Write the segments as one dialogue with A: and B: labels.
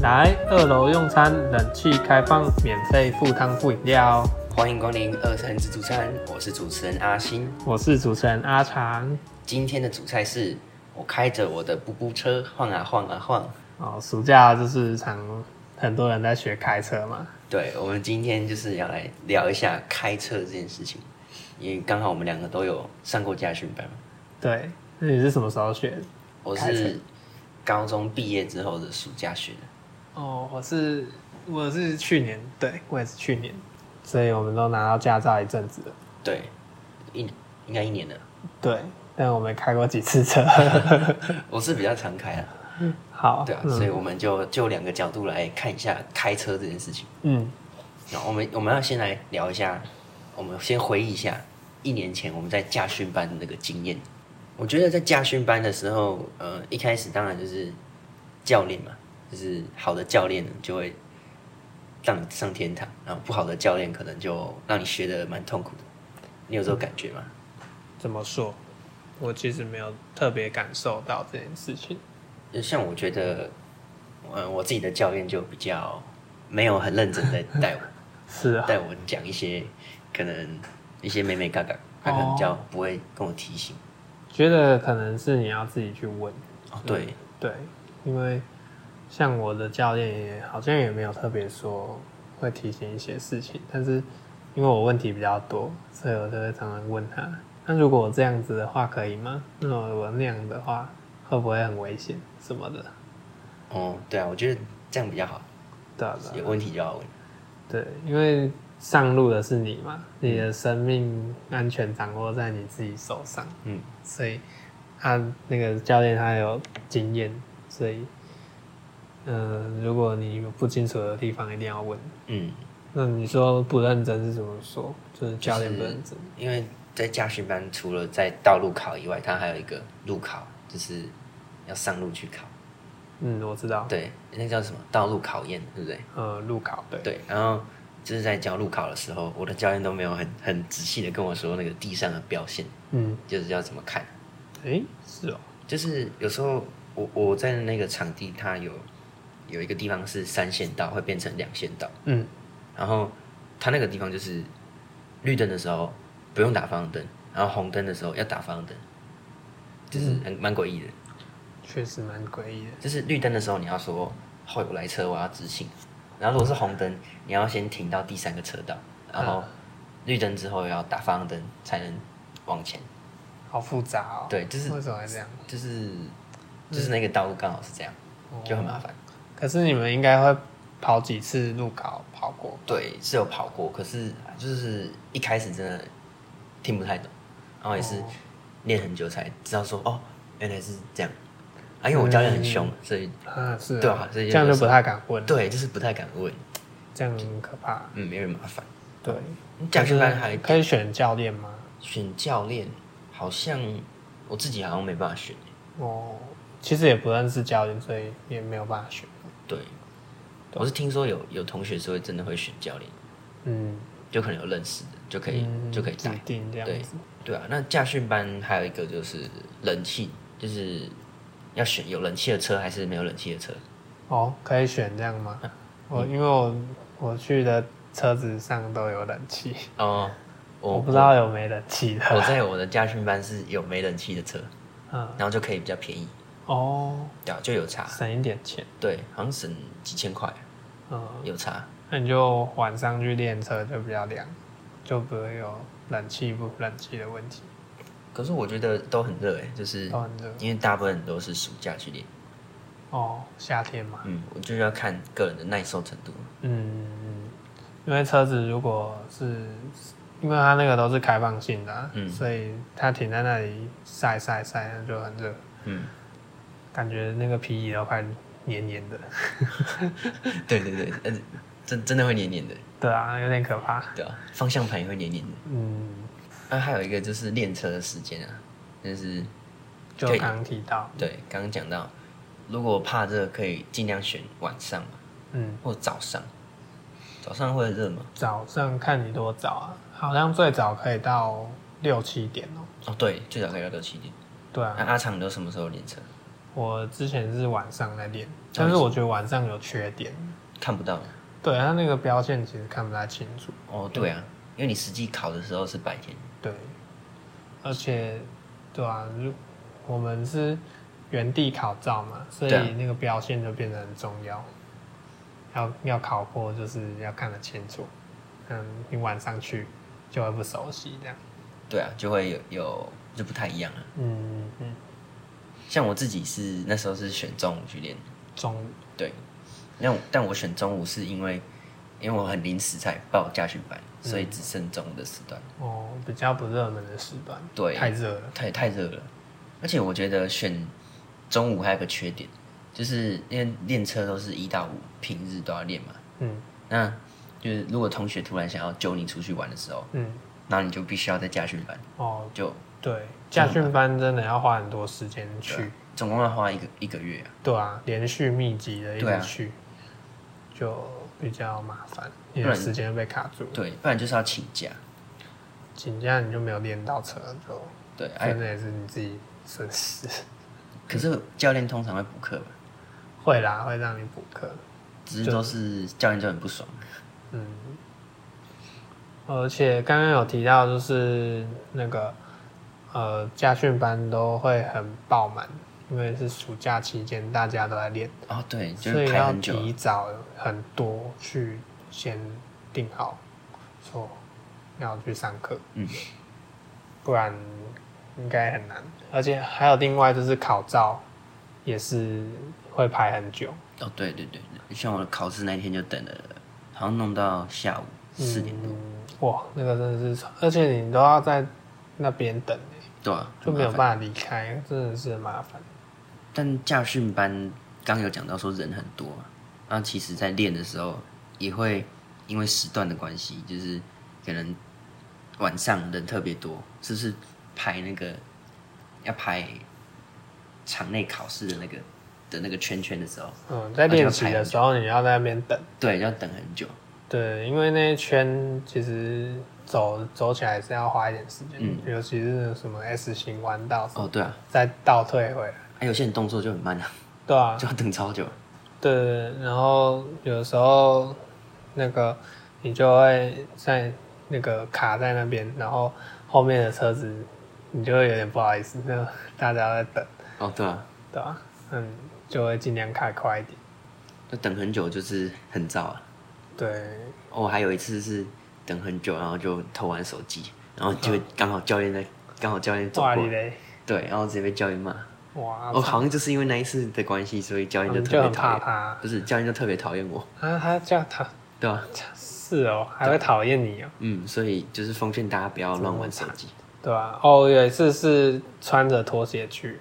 A: 二楼用餐冷气开放，免费附汤附饮料哦。
B: 欢迎光临二餐自助餐，我是主持人阿星。
A: 我是主持人阿长。
B: 今天的主菜是我开着我的布布车晃啊晃啊晃。
A: 哦，暑假就是常很多人在学开车嘛。
B: 对，我们今天就是要来聊一下开车这件事情，因为刚好我们两个都有上过家训班嘛。
A: 对，那你是什么时候学的？
B: 我
A: 开车
B: 是高中毕业之后的暑假学的，
A: 哦，我是我是去年，对我也是去年，所以我们都拿到驾照一阵子了。
B: 对，一应该一年了。
A: 对，但我没开过几次 车。
B: 我是比较常开啊，
A: 好，
B: 对啊，
A: 嗯
B: 所以我们就就两个角度来看一下开车这件事情。
A: 嗯，
B: 然后我们我们要先来聊一下，我们先回忆一下一年前我们在驾训班的那个经验。我觉得在驾训班的时候，呃，一开始当然就是教练嘛，就是好的教练就会让你上天堂，然后不好的教练可能就让你学的蛮痛苦的。你有这种感觉吗？
A: 怎么说？我其实没有特别感受到这件事情。
B: 就像我觉得，呃，我自己的教练就比较没有很认真在带我，
A: 是啊，
B: 带我讲一些可能一些美美嘎嘎，他可能比较不会跟我提醒。
A: 觉得可能是你要自己去问。
B: 哦，对，
A: 对，因为像我的教练也好像也没有特别说会提醒一些事情，但是因为我问题比较多，所以我就会常常问他。那如果我这样子的话可以吗？那我那样的话会不会很危险什么的？
B: 哦，对啊，我觉得这样比较好，
A: 对啊对啊
B: 有问题就要问。
A: 对，因为上路的是你嘛，你的生命安全掌握在你自己手上，
B: 嗯，
A: 所以他那个教练他有经验，所以，嗯、如果你有不清楚的地方一定要问。
B: 嗯，
A: 那你说不认真是怎么说？就是教练不认真，
B: 因为在驾训班除了在道路考以外，它还有一个路考，就是要上路去考。
A: 嗯，我知道，
B: 对，那叫什么？道路考验，对不对？
A: 呃，路考对，
B: 对，然后就是在教路考的时候，我的教练都没有很很仔细的跟我说那个地上的标线，
A: 嗯，
B: 就是要怎么看。
A: 诶，是哦，
B: 就是有时候我我在那个场地，它有有一个地方是三线道，会变成两线道。
A: 嗯，
B: 然后它那个地方就是绿灯的时候不用打方向灯，然后红灯的时候要打方向灯，就是很蛮诡异的。
A: 确实蛮诡异的，
B: 就是绿灯的时候你要说后有来车，我要直行。然后如果是红灯，你要先停到第三个车道，然后绿灯之后要打方向灯才能往前。
A: 好复杂哦。
B: 对就是
A: 为什么会这样？
B: 就是就是那个道路刚好是这样，就很麻烦。
A: 哦可是你们应该会跑几次路考跑过？
B: 对，是有跑过，可是就是一开始真的听不太懂，然后也是练很久才知道说哦，原来是这样。啊，因为我教练很凶，所以
A: 啊，是啊
B: 对啊这些
A: 这样就不太敢问，
B: 对，就是不太敢问，
A: 这样很可怕。
B: 嗯，有点麻烦。
A: 对，
B: 你讲训班还
A: 可以选教练吗？
B: 选教练，好像我自己好像没办法选。
A: 哦，其实也不认识教练，所以也没有办法选。
B: 对，我是听说有有同学是会真的会选教练，
A: 嗯，
B: 就可能有认识的，就可以、
A: 嗯
B: 就可以
A: 指
B: 带。
A: 定这样
B: 对
A: 子。
B: 对啊，那驾训班还有一个就是冷气，就是要选有冷气的车还是没有冷气的车。
A: 哦，可以选这样吗？
B: 嗯
A: 我因为我我去的车子上都有冷气，
B: 哦，我
A: 我不知道有没冷气
B: 我
A: 的。
B: 在我的驾训班是有没冷气的车，
A: 嗯，
B: 然后就可以比较便宜，
A: 哦，
B: 对啊，就有差，
A: 省一点钱。
B: 对，好像省几千块，
A: 嗯，
B: 有差。
A: 那你就晚上去练车就比较凉，就不会有冷气不冷气的问题，
B: 可是我觉得都很热哎、就是
A: 都很热。
B: 因为大部分都是暑假去练，
A: 哦，夏天嘛。
B: 嗯，我就要看个人的耐受程度。
A: 嗯，因为车子如果是，因为它那个都是开放性的啊、
B: 嗯
A: 所以它停在那里晒晒晒，那就很热，
B: 嗯，
A: 感觉那个皮椅都快黏黏的。
B: 对对对，呃，真真的会黏黏的，
A: 对啊，有点可怕。
B: 对啊，方向盘也会黏黏的。
A: 嗯，
B: 那、还有一个就是练车的时间啊，就是
A: 就
B: 对
A: 刚刚提到，
B: 对刚刚讲到，如果怕热，可以尽量选晚上嘛
A: 嗯，
B: 或早上，早上会热吗？
A: 早上看你多早啊，好像最早可以到六七点哦、
B: 哦，对，最早可以到六七点。
A: 对
B: 那、
A: 啊，
B: 阿长你都什么时候练车？
A: 我之前是晚上在练，但是我觉得晚上有缺点，
B: 看不到的。
A: 对他那个标线其实看不太清楚，
B: 哦，对啊，因为你实际考的时候是白天。
A: 对，而且对啊，如我们是原地考照嘛，所
B: 对啊
A: 以那个标线就变得很重要，要要考过就是要看得清楚，嗯，你晚上去就会不熟悉这样，
B: 对啊，就会有有就不太一样了。
A: 嗯嗯，
B: 像我自己是那时候是选中午去练的，
A: 嗯中
B: 对。那我但我选中午是因为，因为我很临时才报家训班，所以只剩中午的时段，
A: 哦比较不热门的时段，
B: 对
A: 太热了，
B: 太太热了。而且我觉得选中午还有个缺点，就是因为练车都是一到五，平日都要练嘛。
A: 嗯
B: 那就是如果同学突然想要揪你出去玩的时候，
A: 嗯，
B: 那你就必须要在家训班，
A: 哦
B: 就
A: 对，驾训班真的要花很多时间去。
B: 总共要花一个一个月啊。
A: 对啊，连续密集的一
B: 对啊
A: 直去，就比较麻烦，你
B: 不
A: 的
B: 然
A: 时间被卡住。
B: 对，不然就是要请假。
A: 请假你就没有练到车，就
B: 对，哎
A: 真，的也是你自己损失。
B: 可是教练通常会补课吧？
A: 会啦，会让你补课。
B: 只是都是教练就很不爽。
A: 嗯，而且刚刚有提到，就是那个呃，家训班都会很爆满，因为是暑假期间大家都在练，
B: 哦，对，就
A: 所
B: 是
A: 以
B: 排
A: 要
B: 很久啊。
A: 提早很多去先定好，说要去上课，
B: 嗯，
A: 不然应该很难。而且还有另外就是考照，也是会排很久，
B: 哦，对对对，对像我的考试那一天就等了，好像弄到下午
A: 嗯
B: 四点多，
A: 多。哇，那个真的是，而且你都要在那边等、欸，
B: 对啊，
A: 就没有
B: 很麻
A: 办
B: 烦。
A: 法离开，真的是很麻烦。
B: 但驾训班刚有讲到说人很多嘛，那其实在练的时候也会因为时段的关系，就是可能晚上人特别多，是不是排那个要排场内考试的那个的那个圈圈的时候，
A: 嗯，在练习的时候你要在那边等。
B: 对，要等很久。
A: 对，因为那一圈其实走走起来是要花一点时间，
B: 嗯
A: 尤其是什么 S 型弯道，
B: 哦，对啊，
A: 再倒退回来，
B: 还有些人动作就很慢啊，
A: 对啊，
B: 就要等超久。
A: 对对，对然后有时候那个你就会在那个卡在那边，然后后面的车子你就会有点不好意思，就大家都在等，
B: 哦，对啊，
A: 对吧、嗯，就会尽量开快一点。
B: 就等很久就是很燥啊。
A: 对，
B: 哦，还有一次是等很久，然后就偷玩手机，然后就刚好教练在，刚好教练
A: 嗯
B: 走
A: 哇啊
B: 过
A: 你，嘞，
B: 对，然后直接被教练骂。
A: 哇，
B: 哦，好像就是因为那一次的关系，所以教练
A: 他们
B: 特
A: 就
B: 别
A: 很怕
B: 讨厌，
A: 他
B: 不是教练就特别讨厌我，
A: 啊，他叫他
B: 对吧、
A: 是哦，还会讨厌你哦。
B: 嗯，所以就是奉劝大家不要乱玩手机。
A: 对啊，哦，有一次是穿着拖鞋去，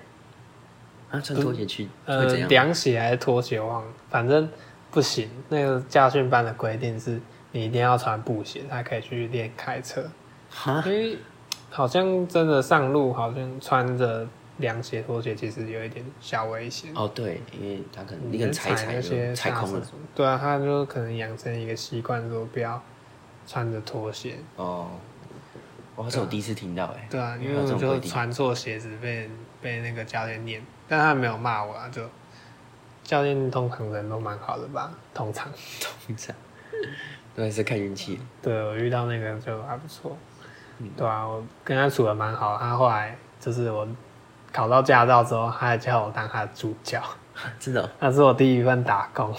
B: 啊，穿拖鞋去会
A: 嗯呃
B: 怎，样？
A: 凉鞋还是拖鞋忘了，反正不行。那个驾训班的规定是，你一定要穿布鞋才可以去练开车，
B: 哈，
A: 因为好像真的上路，好像穿着凉鞋、拖鞋其实有一点小危险。
B: 哦，对，因为他可能你可能踩一
A: 嗯那
B: 踩
A: 些
B: 就踩
A: 大
B: 空
A: 石
B: 了。
A: 头。对啊，他就可能养成一个习惯，说不要穿着拖鞋。
B: 哦，哇，这是我第一次听到哎、
A: 对啊，因为
B: 还有这
A: 我
B: 种
A: 就
B: 规定
A: 穿错鞋子被被那个教练念，但他没有骂我啊，就教练通常人都蛮好的吧，通常。
B: 通常，对，是看运气。
A: 对我遇到那个就还不错，
B: 嗯
A: 对啊，我跟他处的蛮好，他后来就是我考到驾照之后，他还叫我当他的助 教，
B: 真的哦、
A: 那是我第一份打工，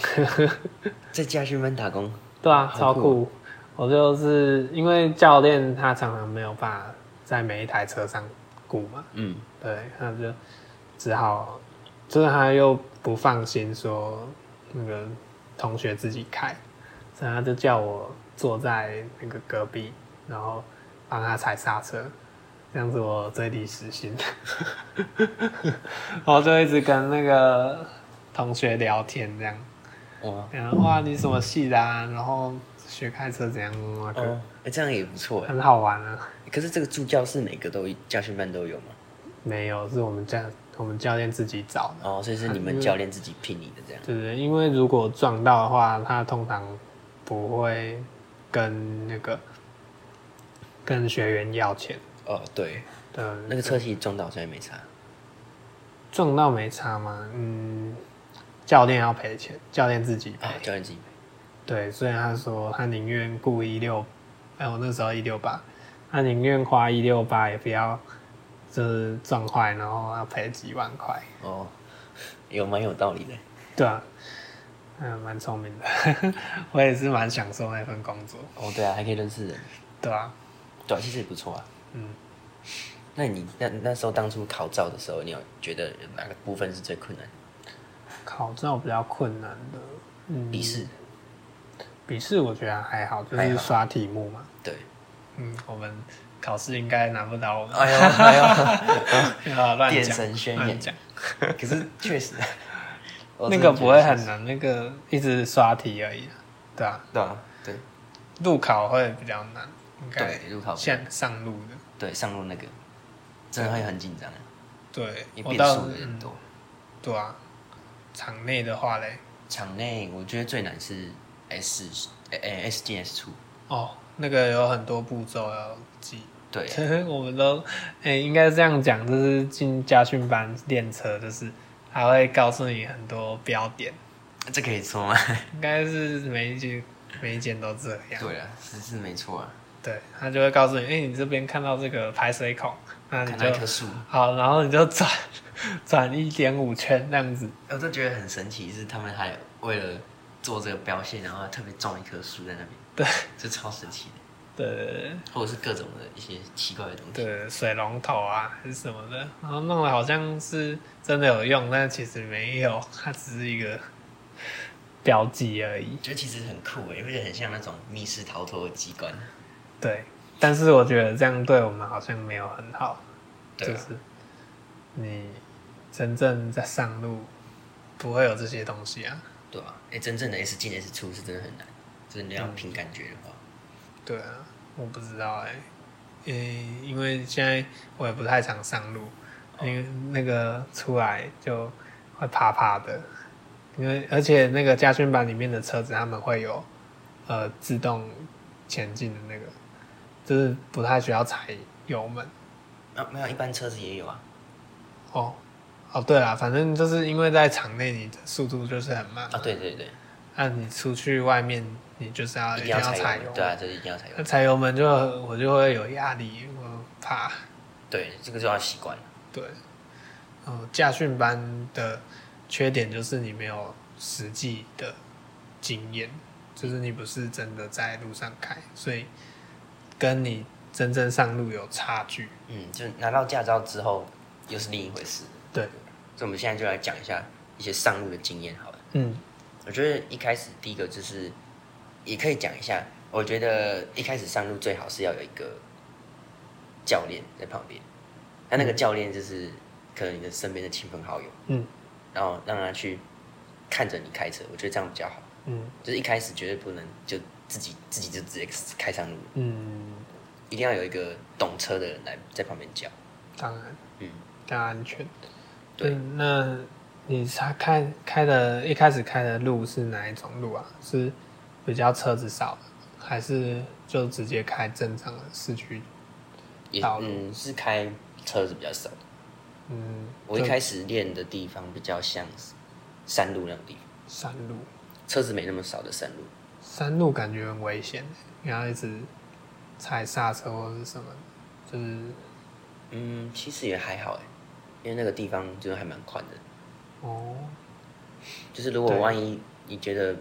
B: 在家训班打工，
A: 对啊，
B: 好
A: 超
B: 酷哦
A: 酷。我就是因为教练他常常没有办法在每一台车上顾嘛，
B: 嗯，
A: 对，他就只好，就是他又不放心说那个同学自己开，所以他就叫我坐在那个隔壁，然后帮他踩刹车，这样子我最低时薪。 我就一直跟那个同学聊天，这样，
B: 哇，
A: 然后哇你什么系的啊？然后学开车怎样啊？
B: 哦，哎、这样也不错哎。
A: 很好玩啊。
B: 可是这个助教是每个都家训班都有吗？
A: 没有，是我们教我们教练自己找的。
B: 哦，所以是你们教练自己聘你的这样。
A: 对对，因为如果撞到的话，他通常不会跟那个跟学员要钱。
B: 哦，对，
A: 对，
B: 那个车其实撞到，所以没差。
A: 撞到没差吗？嗯，教练要赔钱，教练自己赔。
B: 啊，教练自己赔。
A: 对，所以他说他宁愿雇一六，哎，我那时候一六八，他宁愿花一六八也不要就是撞坏，然后要赔几万块。
B: 哦，有蛮有道理的。
A: 对啊，嗯，蛮聪明的， 我也是蛮享受那份工作。
B: 哦，对啊，还可以认识人，
A: 对啊，
B: 对、啊，其实也不错啊。
A: 嗯，
B: 那你那那时候当初考照的时候，你有觉得哪个部分是最困难？
A: 考照比较困难的，嗯，
B: 笔试，
A: 笔试我觉得还好，就
B: 还
A: 是
B: 好
A: 刷题目嘛。
B: 对。
A: 嗯，我们考试应该难不倒我们。
B: 哎呦哎 呦，
A: 啊，乱
B: 电
A: 讲，
B: 神宣
A: 乱
B: 言
A: 讲。
B: 可是确实， 我
A: 那
B: 真
A: 个
B: 的觉
A: 不
B: 得
A: 会
B: 确
A: 很
B: 实
A: 难，那个一直刷题而已啊，对啊，
B: 对啊，对
A: 路考会比较难，应该
B: 对，路考
A: 像上路的，
B: 对上路那个真的会很紧张，
A: 对
B: 因，
A: 我
B: 为变
A: 倒
B: 数
A: 是
B: 有
A: 嗯
B: 点多。
A: 对啊，场内的话嘞，
B: 场内我觉得最难是 S 诶、诶 S 进 S 出，
A: 哦，那个有很多步骤要记，
B: 对
A: 我们都，哎、应该是这样讲，就是进家训班练车，就是还会告诉你很多标点，
B: 这可以说吗？
A: 应该是每一句每一间都这样，
B: 对啊，是是没错啊，
A: 对，他就会告诉你，哎、你这边看到这个排水孔，那你
B: 看到
A: 就
B: 一棵树，
A: 好，然后你就转 转一点五圈那样子，
B: 我都觉得很神奇，是他们还为了做这个标线，然后特别种一棵树在那边，
A: 对，
B: 这超神奇的，
A: 对
B: 或者是各种的一些奇怪的东西，
A: 对，水龙头啊还是什么的，然后弄得好像是真的有用，但其实没有，它只是一个标记而已。
B: 觉得其实很酷诶，而且很像那种密室逃脱的机关，
A: 对，但是我觉得这样对我们好像没有很好，
B: 对
A: 就
B: 啊
A: 是你真正在上路不会有这些东西啊。
B: 对啊，哎、真正的 S 进 S 出是真的很难，真的要凭感觉的话，
A: 对啊，我不知道哎、欸，嗯，因为现在我也不太常上路，因
B: 哦
A: 为那个出来就会怕怕的，因为而且那个家训班里面的车子他们会有呃自动前进的那个，就是不太需要踩油门
B: 啊没有，一般车子也有啊，
A: 哦。哦，对啦，反正就是因为在场内你的速度就是很慢，
B: 啊对对对，
A: 那、你出去外面你就是要
B: 一定
A: 要
B: 要
A: 踩
B: 踩
A: 油
B: 油，
A: 门，
B: 对啊，这一定要踩油
A: 那，踩油门就我就会有压力，我怕。
B: 对，这个就要习惯。
A: 对，嗯，驾训班的缺点就是你没有实际的经验，就是你不是真的在路上开，所以跟你真正上路有差距。
B: 嗯，就拿到驾照之后又是另一回事。
A: 对，
B: 所以我们现在就来讲一下一些上路的经验好了。
A: 嗯，
B: 我觉得一开始第一个就是，也可以讲一下。我觉得一开始上路最好是要有一个教练在旁边，他那个教练就是可能你的身边的亲朋好友，
A: 嗯，
B: 然后让他去看着你开车，我觉得这样比较好。
A: 嗯，
B: 就是一开始绝对不能就自己自己就直接开上路，
A: 嗯，
B: 一定要有一个懂车的人来在旁边教。
A: 当然，
B: 嗯，
A: 当然安全。
B: 对
A: 嗯那你他开开的一开始开的路是哪一种路啊？是比较车子少的，还是就直接开正常的市区？
B: 也
A: 道路
B: 嗯是开车子比较少。
A: 嗯，
B: 我一
A: 就
B: 开始练的地方比较像是山路那种地方，
A: 山路。
B: 车子没那么少的山路。
A: 山路感觉很危险，你要一直踩刹车或者是什么，就是
B: 嗯，其实也还好哎，因为那个地方就是还蛮宽的。
A: 哦，
B: 就是如果
A: 对
B: 万一你觉得，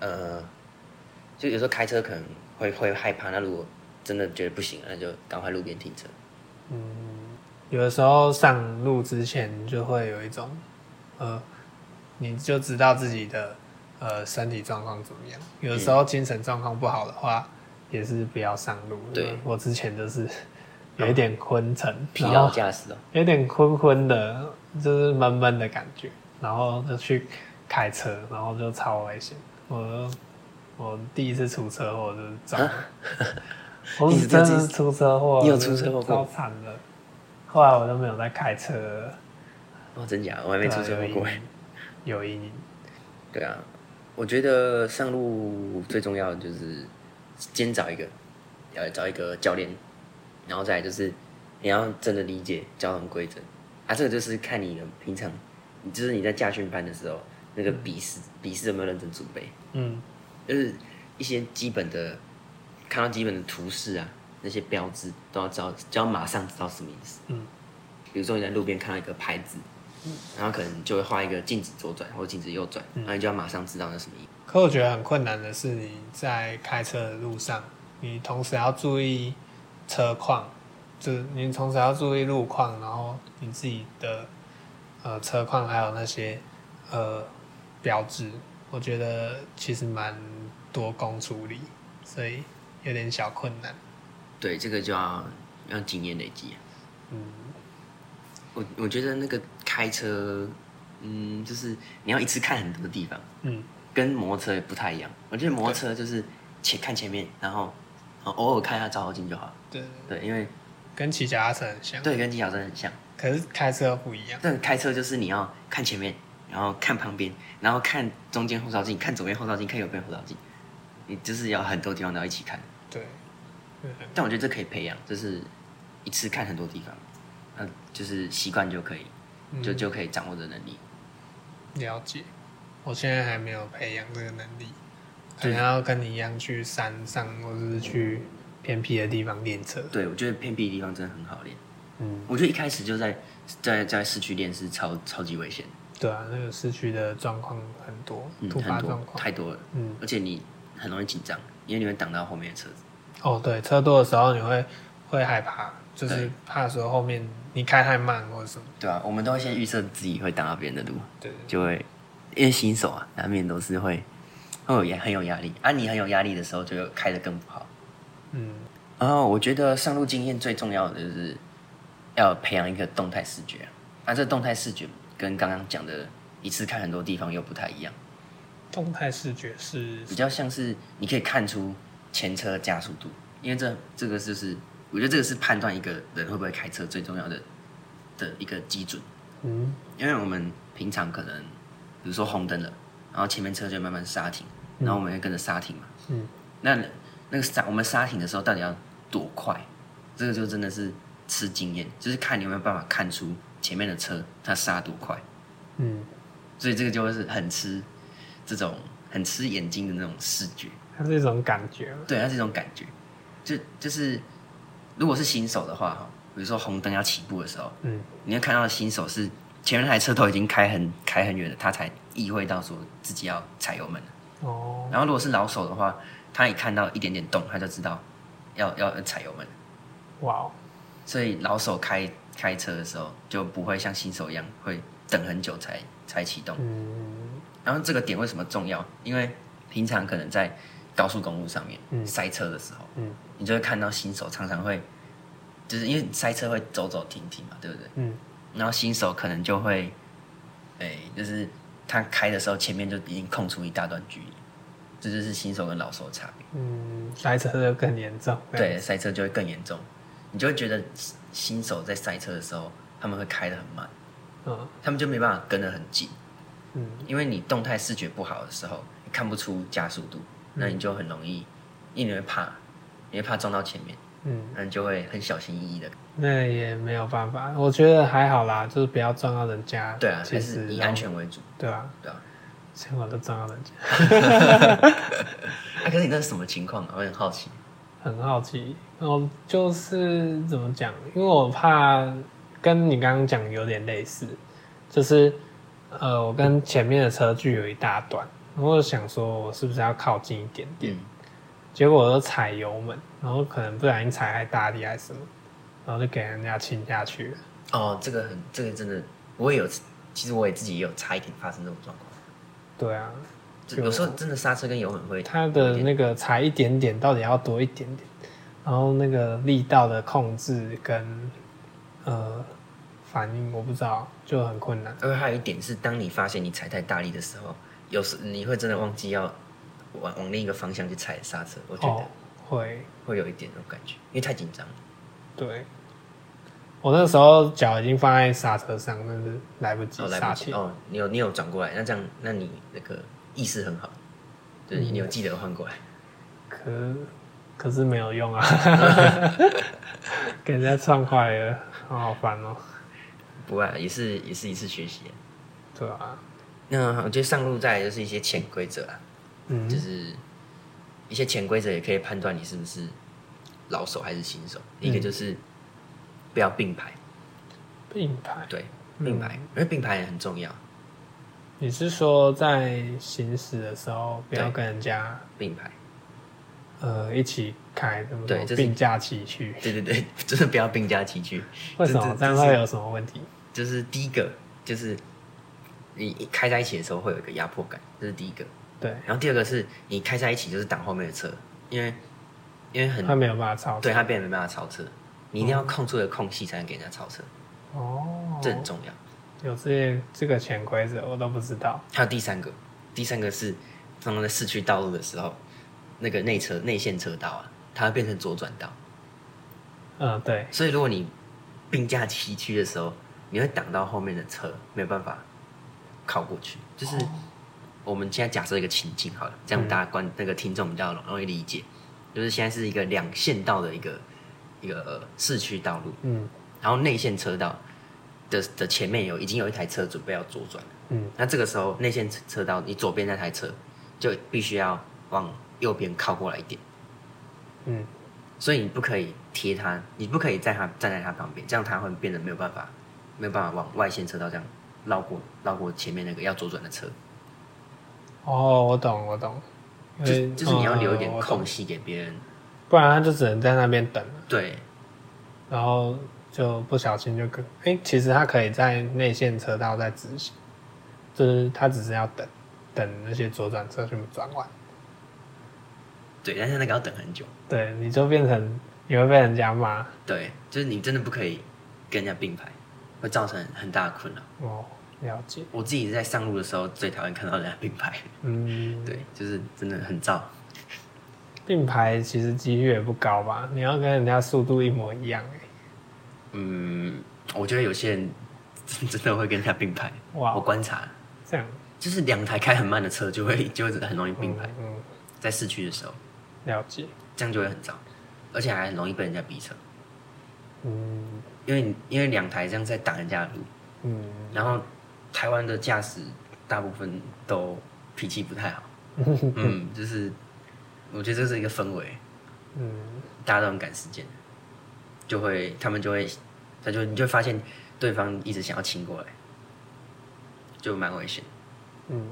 B: 呃，就有时候开车可能会会害怕，那如果真的觉得不行，那就赶快路边停车。
A: 有的时候上路之前就会有一种，呃，你就知道自己的呃身体状况怎么样。有的时候精神状况不好的话，也是不要上路。
B: 对，
A: 我之前就是有一点昏沉，
B: 疲
A: 然后
B: 劳驾驶哦，
A: 有点昏昏的，就是闷闷的感觉，然后就去开车，然后就超危险。我我第一次出车祸就是撞了， 我
B: 啊你
A: 是
B: 是
A: 真
B: 真
A: 的是出车祸，
B: 你有出车祸过
A: 超惨的。后来我都没有再开车了，
B: 哦，真假？我还没出车祸过
A: 对
B: 哎
A: 啊。有阴影。
B: 对啊，我觉得上路最重要的就是先找一个，呃，找一个教练，然后再来就是你要真的理解交通规则啊，这个就是看你的平常，嗯就是你在驾训班的时候那个笔试，笔试有没有认真准备，
A: 嗯，
B: 就是一些基本的，看到基本的图示啊，那些标志都要知道，就要马上知道什么意思。
A: 嗯，
B: 比如说你在路边看到一个牌子，然后可能就会画一个禁止左转或禁止右转，
A: 嗯
B: 那你就要马上知道那什么意思。
A: 可我觉得很困难的是，你在开车的路上，你同时要注意车况，就是你同时要注意路况，然后你自己的呃车况，还有那些呃标志，我觉得其实蛮多工处理，所以有点小困难。
B: 对，这个就要要经验累积啊、
A: 嗯，
B: 我我觉得那个开车，嗯，就是你要一次看很多地方，
A: 嗯，
B: 跟摩托车也不太一样。我觉得摩托车就是前看前面，然后然后偶尔看一下照后镜就好。
A: 对，
B: 对，因为
A: 跟骑脚踏车很像，
B: 对跟金小真的很像，
A: 可是开车又不一样。
B: 但开车就是你要看前面，然后看旁边，然后看中间后照镜，看左边后照镜，看右边后照镜，你就是要很多地方都要一起看。
A: 对，嗯
B: 但我觉得这可以培养，就是一次看很多地方，嗯、就是习惯就可以，就就可以掌握的能力。
A: 了解，我现在还没有培养这个能力，可能要跟你一样去山上或者是去偏僻的地方练车。
B: 对，我觉得偏僻的地方真的很好练。
A: 嗯，
B: 我觉得一开始就在在在市区练是超超级危险，
A: 对啊，那个市区的状况很多，
B: 嗯，
A: 突发
B: 很
A: 状
B: 多
A: 况。
B: 太多了，
A: 嗯，
B: 而且你很容易紧张，因为你会挡到后面的车子。
A: 哦，对，车多的时候你会会害怕，就是
B: 对
A: 怕说后面你开太慢或者什么。
B: 对啊，我们都会先预设自己会挡到别人的路，
A: 对，
B: 就会因为新手啊，难免都是会会有压很有压力啊。你很有压力的时候，就开得更不好。
A: 嗯，
B: 然后我觉得上路经验最重要的就是要培养一个动态视觉啊。啊，这动态视觉跟刚刚讲的一次看很多地方又不太一样。
A: 动态视觉是
B: 比较像是你可以看出前车加速度，因为这这个就是我觉得这个是判断一个人会不会开车最重要的的一个基准，
A: 嗯
B: 因为我们平常可能比如说红灯了，然后前面车就慢慢刹停，然后我们会跟着刹停嘛，
A: 嗯，
B: 那那个刹我们刹停的时候到底要多快，这个就真的是吃经验，就是看你有没有办法看出前面的车它刹多快，
A: 嗯，
B: 所以这个就会是很吃这种很吃眼睛的那种视觉。
A: 它是一种感觉嘛。
B: 对，它是一种感觉，就就是如果是新手的话，哈，比如说红灯要起步的时候，
A: 嗯
B: 你会看到新手是前面那台车都已经开很开很远了，他才意会到说自己要踩油门了。
A: 哦，
B: 然后如果是老手的话，他一看到一点点动，他就知道要要要踩油门了。
A: 哇哦，
B: 所以老手开开车的时候就不会像新手一样会等很久才才启动。
A: 嗯
B: 然后这个点为什么重要？因为平常可能在高速公路上面、
A: 嗯
B: 塞车的时候，
A: 嗯
B: 你就会看到新手常常会，就是因为塞车会走走停停嘛，对不对？
A: 嗯
B: 然后新手可能就会，哎、就是他开的时候前面就已经空出一大段距离，这就是新手跟老手的差别。
A: 嗯，塞车就更严重。
B: 对，塞车就会更严重，你就会觉得新手在塞车的时候他们会开得很慢，
A: 嗯
B: 他们就没办法跟得很紧，
A: 嗯。
B: 因为你动态视觉不好的时候，你看不出加速度，那你就很容易，因为你会怕，你会怕撞到前面，
A: 嗯，
B: 那你就会很小心翼翼的。
A: 那也没有办法，我觉得还好啦，就是不要撞到人家。
B: 对啊，
A: 其
B: 还
A: 实
B: 是以
A: 然后
B: 安，全为主。
A: 对吧、
B: 对啊，
A: 像我都撞到人家，
B: 啊，可是你那是什么情况啊？我很好奇。
A: 很好奇。哦，就是怎么讲，因为我怕跟你刚刚讲有点类似，就是呃，我跟前面的车距有一大段，然后我想说我是不是要靠近一点点，
B: 嗯，
A: 结果我都踩油门，然后可能不小心踩太大力还是什么，然后就给人家亲下去了。
B: 哦，这个很，这个真的，我也有，其实我也自己也有差一点发生这种状况。
A: 对啊，
B: 就
A: 就
B: 有时候真的刹车跟油门会，
A: 它的那个踩一点点到底要多一点点，然后那个力道的控制跟呃反应，我不知道就很困难。
B: 而还有一点是，当你发现你踩太大力的时候，有时你会真的忘记要往往另一个方向去踩刹车。我觉
A: 哦
B: 得，
A: 会
B: 会有一点那种感觉，因为太紧张了。
A: 对。我那时候脚已经放在刹车上，但是来不及
B: 哦，来
A: 刹
B: 不及
A: 停。
B: 哦，你有你有转过来，那这样，那你那个意识很好，就是你有记得换过来。
A: 可可是没有用 啊，给人家撞坏了，好好烦哦、
B: 不啊，也是也是一次学习啊。
A: 对啊，
B: 那我觉得上路再来就是一些潜规则啦，
A: 嗯
B: 就是一些潜规则也可以判断你是不是老手还是新手。一
A: 嗯
B: 个就是不要并排，
A: 并排。
B: 对，并排，
A: 嗯
B: 因为并排也很重要。
A: 你是说在行驶的时候不要
B: 对
A: 跟人家
B: 并排，
A: 呃一起开，对不
B: 对这是
A: 并驾齐驱，
B: 哎对对对， 就是不要并驾齐驱。
A: 为什
B: 这
A: 么
B: 这
A: 这样
B: 这是
A: 会有什么问题？
B: 就是第一个，就是你一开在一起的时候会有一个压迫感，这是第一个。
A: 对，
B: 然后第二个是你开在一起就是挡后面的车，因为因为
A: 他
B: 很
A: 没有办法超
B: 对
A: 车。
B: 他变得没办法超车，你一定要空出的空隙才能给人家超车，
A: 哦，
B: 这很重要。
A: 有这些这个潜规则我都不知道。
B: 还有第三个，第三个是他们在市区道路的时候，那个内车内线车道啊，它会变成左转道，
A: 嗯，对，
B: 所以如果你并驾齐驱的时候，你会挡到后面的车，没有办法靠过去。就是我们现在假设一个情境好了，这样大家观、那个听众比较容易理解。就是现在是一个两线道的一个一个呃市区道路，
A: 嗯
B: 然后内线车道的的前面有已经有一台车准备要左转了，
A: 嗯
B: 那这个时候内线车车道你左边那台车就必须要往右边靠过来一点，
A: 嗯，
B: 所以你不可以贴它，你不可以在它站在它旁边，这样它会变得没有办法，没有办法往外线车道这样绕过绕过前面那个要左转的车，
A: 哦，我懂我懂，因
B: 就是
A: 为
B: 就是你要留一点
A: 哎嗯我懂
B: 空隙给别人，
A: 不然他就只能在那边等了，
B: 对
A: 然后就不小心就跟哎、其实他可以在内线车道在直行，就是他只是要等等那些左转车全部转弯，
B: 对，但是那个要等很久，
A: 对，你就变成你会被人家骂
B: 对，就是你真的不可以跟人家并排，会造成很大的困扰。
A: 哦，了解，
B: 我自己在上路的时候最讨厌看到人家并排，
A: 嗯，
B: 对，就是真的很燥。
A: 并排其实几率也不高吧，你要跟人家速度一模一样、欸，
B: 嗯，我觉得有些人真的会跟人家并排。
A: 哇
B: 我观察，
A: 这样，
B: 就是两台开很慢的车就会就会很容易并排，
A: 嗯，嗯
B: 在市区的时候，
A: 了解，
B: 这样就会很燥，而且还很容易被人家逼车，
A: 嗯
B: 因为你因为两台这样在挡人家的路，
A: 嗯，
B: 然后台湾的驾驶大部分都脾气不 太好，嗯，就是我觉得这是一个氛围，
A: 嗯，
B: 大家都很赶时间，就会他们就会，他就你就会发现对方一直想要亲过来，就蛮危险。
A: 嗯，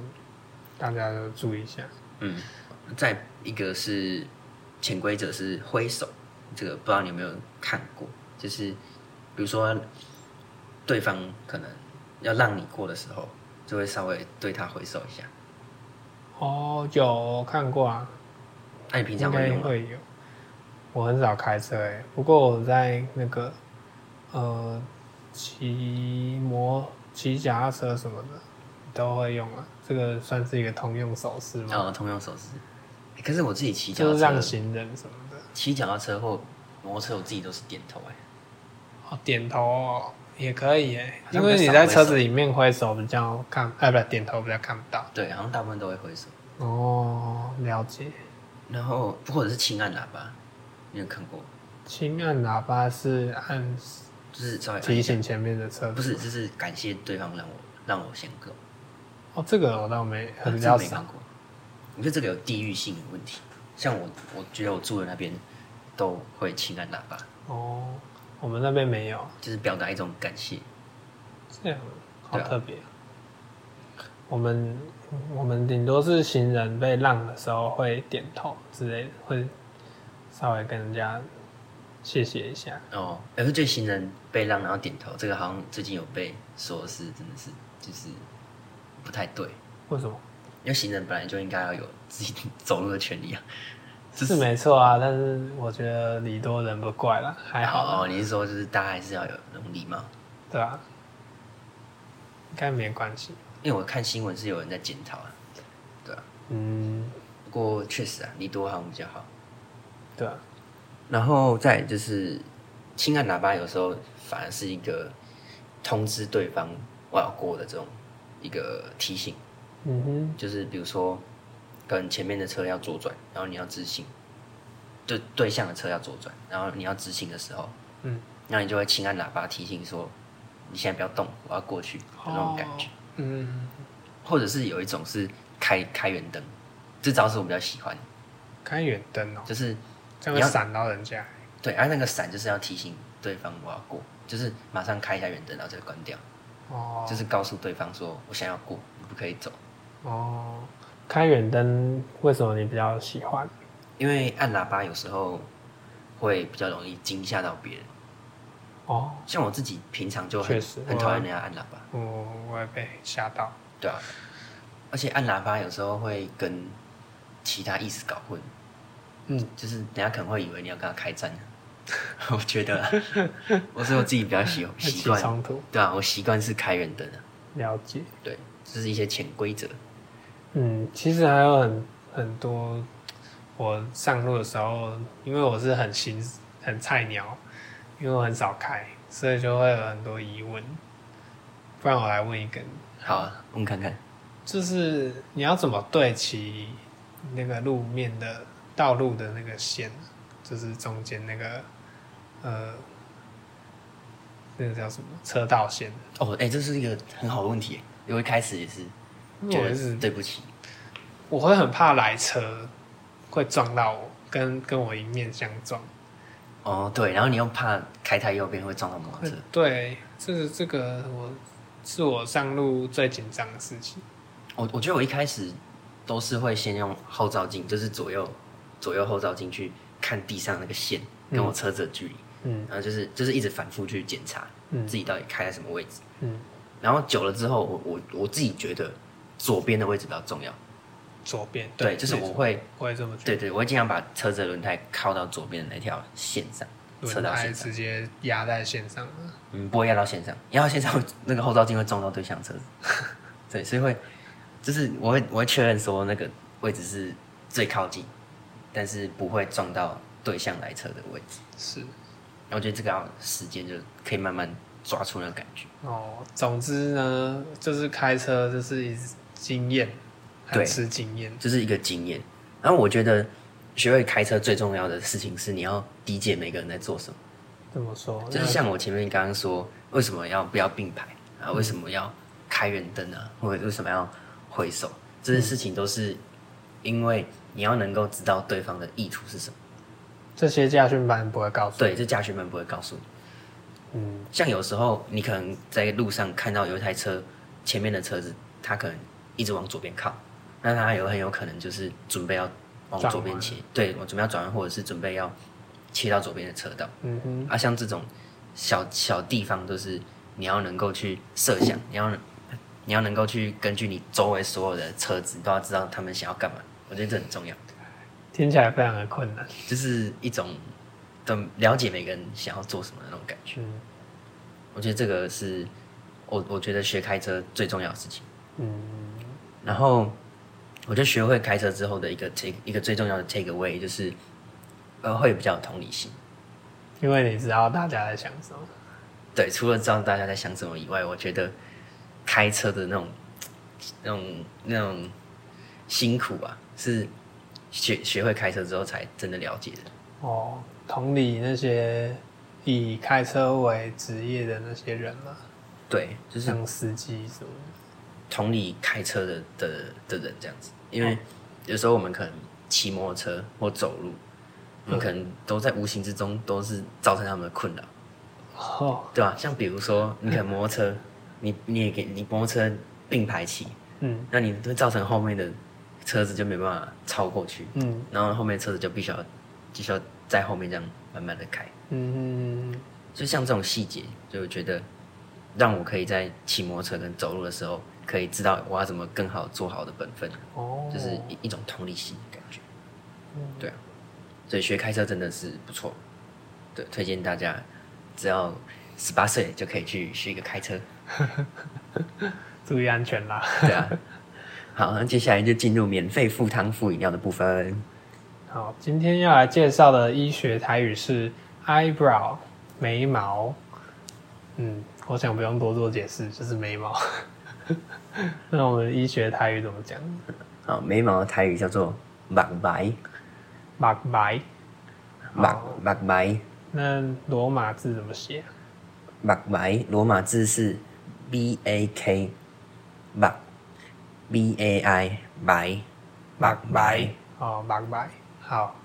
A: 大家都注意一下。
B: 嗯，再一个是潜规则是挥手，这个不知道你有没有看过，就是比如说对方可能要让你过的时候，就会稍微对他挥手一下。
A: 哦，有看过啊，
B: 那、你平
A: 应
B: 常会
A: 该
B: 用吗？
A: 会有。我很少开车诶、欸不过我在那个呃骑摩骑脚踏车什么的都会用啊，这个算是一个通用手势吗？
B: 哦，通用手势。欸可是我自己骑脚
A: 就是
B: 踏
A: 让
B: 车，
A: 行人什么的。
B: 骑脚踏车或摩托车，我自己都是点头哎、
A: 哦，点头、哦、也可以诶、
B: 好像
A: 因为你
B: 比较少
A: 在
B: 挥
A: 车
B: 手
A: 子里面挥手比较看，哎、不，点头比较看不到。
B: 对，好像大部分都会挥手。
A: 哦，了解。
B: 然后或者是轻按喇叭，你有看过？
A: 轻按喇叭是按
B: 就是稍微按
A: 提
B: 一下
A: 醒前面的车，
B: 不是，就是感谢对方让我让我先过，
A: 哦，这个我倒没
B: 我
A: 比
B: 真
A: 较
B: 的没
A: 少
B: 看。过。我觉得这个有地域性的问题，像我我觉得我住的那边都会轻按喇叭，
A: 哦，我们那边没有，
B: 就是表达一种感谢。
A: 这样好
B: 对啊
A: 特别。啊我们我们顶多是行人被让的时候会点头之类的，会稍微跟人家谢谢一下。
B: 哦，可是对行人被让然后点头，这个好像最近有被说是真的是就是不太对，
A: 为什么？
B: 因为行人本来就应该要有自己走路的 权利啊。就是
A: 没错啊，但是我觉得礼多人不怪啦，还好啦，
B: 哦，你是说就是大家还是要有那种礼貌？
A: 对吧、应该没关系。
B: 因为我看新闻是有人在检讨啊，对啊。
A: 嗯，
B: 不过确实啊，你多好像比较好。
A: 对啊，
B: 然后再来就是，轻按喇叭有时候反而是一个通知对方我要过的这种一个提醒，
A: 嗯哼，
B: 就是比如说跟前面的车要左转，然后你要直行，对对向的车要左转，然后你要直行的时候，
A: 嗯，
B: 那你就会轻按喇叭提醒说你现在不要动，我要过去的那种感觉。
A: 哦，嗯，
B: 或者是有一种是开开远灯，这招是我比较喜欢的，
A: 开远灯哦，
B: 就是
A: 这样会闪到人家。
B: 对，啊，那个闪就是要提醒对方我要过，就是马上开一下远灯，然后再关掉，
A: 哦，
B: 就是告诉对方说我想要过，你不可以走，
A: 哦，开远灯为什么你比较喜欢？
B: 因为按喇叭有时候会比较容易惊吓到别人。
A: 哦，
B: 像我自己平常就很
A: 确实
B: 很讨厌人家按喇叭，
A: 我我也被吓到。
B: 对啊，而且按喇叭有时候会跟其他意思搞混，
A: 嗯，
B: 就是人家可能会以为你要跟他开战， 我觉得啊，我是我自己比 较习
A: 会
B: 习
A: 起
B: 惯，
A: 冲突，
B: 对啊，我习惯是开远灯的，
A: 了解。
B: 对，这是一些潜规则，
A: 嗯，其实还有很很多，我上路的时候，因为我是很新很菜鸟，因为我很少开，所以就会有很多疑问。不然我来问一个你，
B: 好啊，我们看看，
A: 就是你要怎么对齐那个路面的道路的那个线，就是中间那个呃，那个叫什么车道线？
B: 哦，哎、这是一个很好的问题耶，我一开始也是
A: 因为
B: 觉
A: 嗯我一
B: 得
A: 直
B: 对不起，
A: 我会很怕来车会撞到我，跟跟我迎面相撞。
B: 哦，对，然后你又怕开太右边会撞到摩托车，
A: 对，这个这个我是我上路最紧张的事情。
B: 我我觉得我一开始都是会先用后照镜，就是左右左右后照镜去看地上那个线跟我车子的距离，
A: 嗯
B: 然后就是就是一直反复去检查
A: 嗯
B: 自己到底开在什么位置。
A: 嗯，
B: 然后久了之后，我我我自己觉得左边的位置比较重要，
A: 左边
B: 对，就是我会
A: 我也这么觉
B: 对
A: 得，
B: 对，我会尽量把车子的轮胎靠到左边的那条线上，车
A: 轮
B: 道
A: 胎
B: 线上，
A: 直接压在线上了。
B: 嗯，不会压到线上，压到线上会那个后照镜会撞到对向车子， 对，所以会就是我会我会确认说那个位置是最靠近，但是不会撞到对向来车的位置。
A: 是
B: 然后我觉得这个要时间就可以慢慢抓出那个感觉。
A: 哦，总之呢，就是开车就是一直经验，很
B: 对
A: 吃经验。
B: 这是一个经验。然后我觉得学会开车最重要的事情是你要理解每个人在做什么，
A: 这么说，
B: 就是像我前面刚刚说，为什么要不要并排啊？为什么要开远灯啊？或者为什么要挥手？这些事情都是因为你要能够知道对方的意图是什么。
A: 这些驾训班不会告诉你。
B: 对，这驾训班不会告诉你。
A: 嗯，
B: 像有时候你可能在路上看到有一台车，前面的车子它可能一直往左边靠，那它有很有可能就是准备要往左边切，对，我准备要转弯或者是准备要切到左边的车道。
A: 嗯哼，
B: 啊，像这种小小地方，都是你要能够去设想，你要你要能够去根据你周围所有的车子都要知道他们想要干嘛，我觉得这很重要，
A: 听起来非常的困难。
B: 就是一种的了解每个人想要做什么的那种感觉。
A: 嗯
B: 我觉得这个是我我觉得学开车最重要的事情。
A: 嗯，
B: 然后我就学会开车之后的一个 take 一个最重要的 take away 就是，呃，会比较有同理心。
A: 因为你知道大家在想什么。
B: 对，除了知道大家在想什么以外，我觉得开车的那种那种那种辛苦啊，是学学会开车之后才真的了解的。
A: 哦，同理那些以开车为职业的那些人嘛，
B: 对，就是
A: 像司机什么的。
B: 同理开车的的的人这样子，因为有时候我们可能骑摩托车或走路，我们可能都在无形之中都是造成他们的困扰，
A: 哦，
B: 对吧、像比如说，你可能摩托车，你你也给你摩托车并排骑，
A: 嗯
B: 那你会造成后面的车子就没办法超过去，
A: 嗯
B: 然后后面车子就必须要必须要在后面这样慢慢的开，
A: 嗯嗯
B: 就像这种细节，就我觉得让我可以在骑摩托车跟走路的时候，可以知道我要怎么更好做好我的本分。
A: 哦，嗯
B: 就是一一种同理心的感觉。对啊，所以学开车真的是不错，对，推荐大家，只要十八岁就可以去学一个开车。
A: 注意安全啦。
B: 对 啊，好，那接下来就进入免费附汤附饮料的部分。
A: 好，今天要来介绍的医学台语是 eyebrow 眉毛。嗯，我想不用多做解释，就是眉毛。 那我们医学台语怎么讲？
B: 好，眉毛的台语叫做目白，
A: 马白。
B: 目目白，
A: 那罗马字怎么写啊？
B: 目白，罗马字是 B A K，目 B A I 白，目白。
A: 哦，马白。好，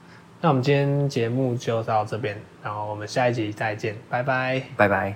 A: 那我们今天节目就到这边，然后我们下一集再见，拜拜。
B: 拜拜。